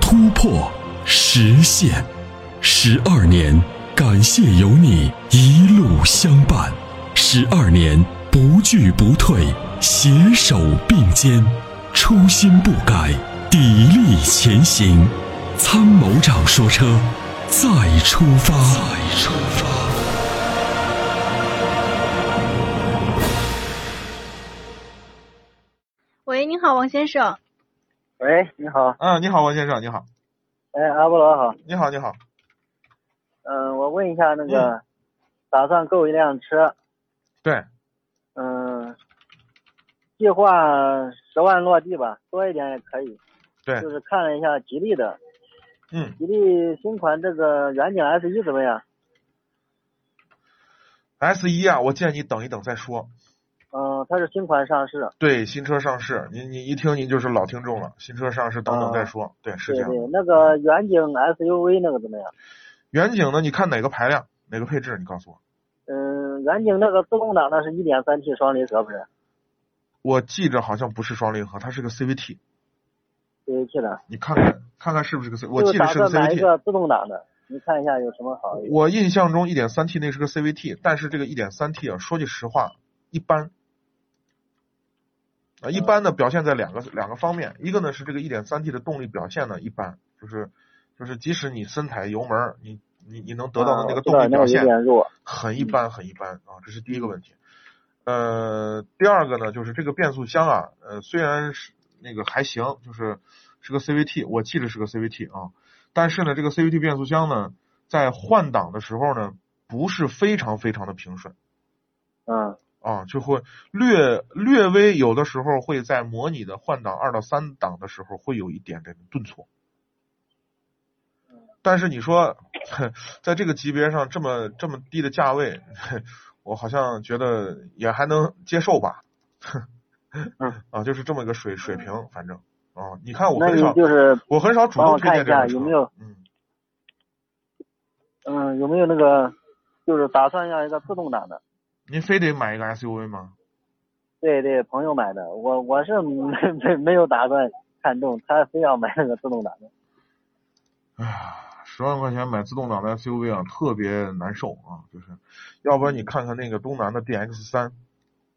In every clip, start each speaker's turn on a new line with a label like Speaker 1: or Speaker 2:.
Speaker 1: 突破、实现，十二年，感谢有你一路相伴，十二年不惧不退，携手并肩，初心不改，砥砺前行。”参谋长说：“车，再出发。”再出发。
Speaker 2: 喂，您好，王先生。
Speaker 3: 喂，你好，
Speaker 4: 嗯，你好，王先生，你好，
Speaker 3: 哎，阿波罗好，
Speaker 4: 你好，你好，
Speaker 3: 嗯、我问一下那个，
Speaker 4: 嗯
Speaker 3: 打算购一辆车，
Speaker 4: 对，
Speaker 3: 嗯、计划十万落地吧，多一点也可以，
Speaker 4: 对
Speaker 3: 就是看了一下吉利的，
Speaker 4: 嗯，
Speaker 3: 吉利新款这个远景 S 一怎么样？
Speaker 4: ，S 一啊，我建议你等一等再说。
Speaker 3: 嗯、它是新款上市，
Speaker 4: 对，新车上市，您您一听您就是老听众了，新车上市等等再说。对，是
Speaker 3: 啊对
Speaker 4: 这样。
Speaker 3: 对，那个远景 SUV 那个怎么样？
Speaker 4: 远景呢？你看哪个排量，哪个配置？你告诉我。
Speaker 3: 嗯、远景那个自动挡那是一点三 T 双离合不是？
Speaker 4: 我记着好像不是双离合，它是个 CVT，
Speaker 3: 对，是的，
Speaker 4: 你看看看看是不是个 C？我
Speaker 3: 就是
Speaker 4: 记
Speaker 3: 打
Speaker 4: 得是个
Speaker 3: 算买一
Speaker 4: CVT。
Speaker 3: 个自动挡的，你看一下有什么好一点？
Speaker 4: 我印象中一点三 T 那是个 CVT，但是这个一点三 T 啊，说句实话，一般。啊，一般呢
Speaker 3: 嗯
Speaker 4: 表现在两个两个方面，一个呢是这个一点三 T 的动力表现呢一般，就是就是即使你深踩油门儿，你你你能得到的那个动力
Speaker 3: 啊
Speaker 4: 表
Speaker 3: 我知道那个
Speaker 4: 现
Speaker 3: 有点弱，
Speaker 4: 很一般，很一般啊，这是第一个问题。呃，第二个呢，就是这个变速箱啊，呃，虽然是那个还行，就是是个 CVT，我记得是个 CVT 啊，但是呢，这个 CVT 变速箱呢，在换挡的时候呢，不是非常非常的平顺
Speaker 3: 嗯
Speaker 4: 啊，就会略略微有的时候会在模拟的换挡二到三档的时候会有一点这个顿挫。但是你说，在这个级别上这么这么低的价位，我好像觉得也还能接受吧。啊，就是这么一个水水平，反正啊，你看我
Speaker 3: 嗯那
Speaker 4: 很
Speaker 3: 你
Speaker 4: 少，
Speaker 3: 就是
Speaker 4: 我很少主
Speaker 3: 帮
Speaker 4: 动
Speaker 3: 我
Speaker 4: 推
Speaker 3: 看
Speaker 4: 荐
Speaker 3: 一
Speaker 4: 这
Speaker 3: 下
Speaker 4: 种车。
Speaker 3: 有没有
Speaker 4: 嗯，
Speaker 3: 嗯有没有那个就是打算要一个自动挡的？
Speaker 4: 您非得买一个 SUV 吗？
Speaker 3: 对对，朋友买的，我我是 没没没有打算看中，他非要买那个自动挡的。
Speaker 4: 哎呀，十万块钱买自动挡的 SUV 啊，特别难受啊，就是，要不然你看看那个东南的 DX 三，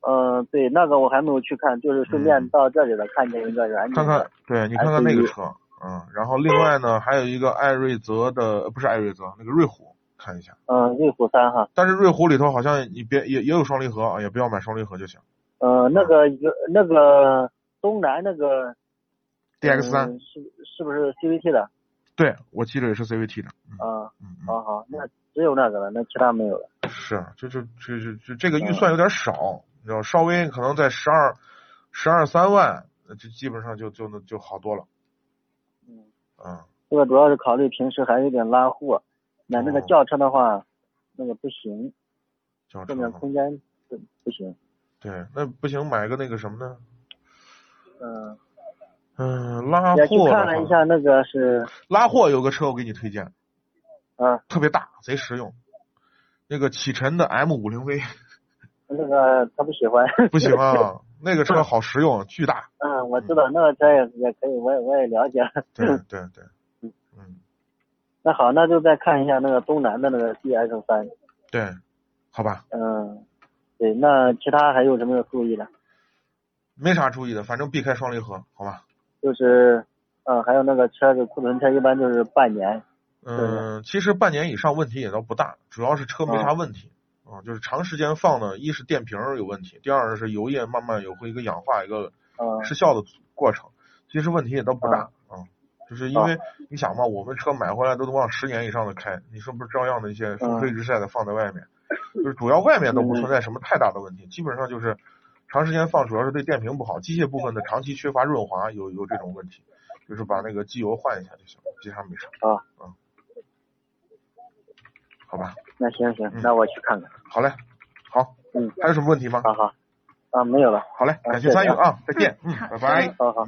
Speaker 3: 嗯，对，那个我还没有去看，就是顺便
Speaker 4: 嗯
Speaker 3: 到这里了，看见一个远景的。
Speaker 4: 看看，对你看看那个车，嗯，然后另外呢，还有一个艾瑞泽的，呃不是艾瑞泽，那个瑞虎，看一下。
Speaker 3: 嗯，瑞虎三哈，
Speaker 4: 但是瑞虎里头好像你别也也有双离合啊，也不要买双离合就行。
Speaker 3: 嗯，那个有那个东南那个
Speaker 4: DX 三、
Speaker 3: 嗯是是不是 CVT 的？
Speaker 4: 对我记得也是 CVT 的，嗯
Speaker 3: 啊，
Speaker 4: 嗯
Speaker 3: 好好，那只有那个了，那其他没有了。
Speaker 4: 嗯，是，就就就就就这个预算有点少，你知道，稍微可能在十二十二三万，呃就基本上就就能就好多了，
Speaker 3: 嗯，
Speaker 4: 嗯。
Speaker 3: 这个主要是考虑平时还有点拉货，买那个
Speaker 4: 哦
Speaker 3: 轿车的话，那个不行，
Speaker 4: 轿车
Speaker 3: 后面
Speaker 4: 嘛
Speaker 3: 空间不不行。
Speaker 4: 对，那不行，买个那个什么呢？
Speaker 3: 嗯，
Speaker 4: 嗯，拉
Speaker 3: 也去
Speaker 4: 货
Speaker 3: 看
Speaker 4: 的
Speaker 3: 了一
Speaker 4: 话
Speaker 3: 下那个是，
Speaker 4: 拉货有个车我给你推荐，
Speaker 3: 嗯，
Speaker 4: 特别大，贼实用。那个启辰的 M 五零 V
Speaker 3: 那个他不喜欢。
Speaker 4: 不行啊，那个车好实用，巨大。
Speaker 3: 嗯，我知道那个车也也可以，我也我也了解。
Speaker 4: 对对对，嗯，
Speaker 3: 那好，那就再看一下那个东南的那个 DS 三。
Speaker 4: 对，好吧，
Speaker 3: 嗯，对，那其他还有什么要注意的？
Speaker 4: 没啥注意的，反正避开双离合，好吧。
Speaker 3: 就是，嗯，还有那个车子库存车一般就是半年。
Speaker 4: 嗯，其实半年以上问题也倒不大，主要是车没
Speaker 3: 嗯
Speaker 4: 啥问题啊、就是长时间放呢，一是电瓶儿有问题，第二是油液慢慢有会一个氧化，一个
Speaker 3: 嗯，
Speaker 4: 失效的过程，其实问题也都不大啊、就是因为你想嘛，我们车买回来都往十年以上的开，你是不是照样的一些风吹日晒的放在外面？啊就是主要外面都不存在什么太大的问题，基本上就是长时间放，主要是对电瓶不好，机械部分的长期缺乏润滑有有这种问题，就是把那个机油换一下就行了，其他没啥。
Speaker 3: 好，
Speaker 4: 嗯，好吧，
Speaker 3: 那行行
Speaker 4: 嗯，
Speaker 3: 那我去看看。
Speaker 4: 好嘞，好，
Speaker 3: 嗯，
Speaker 4: 还有什么问题吗？
Speaker 3: 好好，啊，没有了。
Speaker 4: 好嘞，
Speaker 3: 啊
Speaker 4: 感谢参与
Speaker 3: 谢谢
Speaker 4: 啊，再见，嗯，拜拜。
Speaker 3: 好好。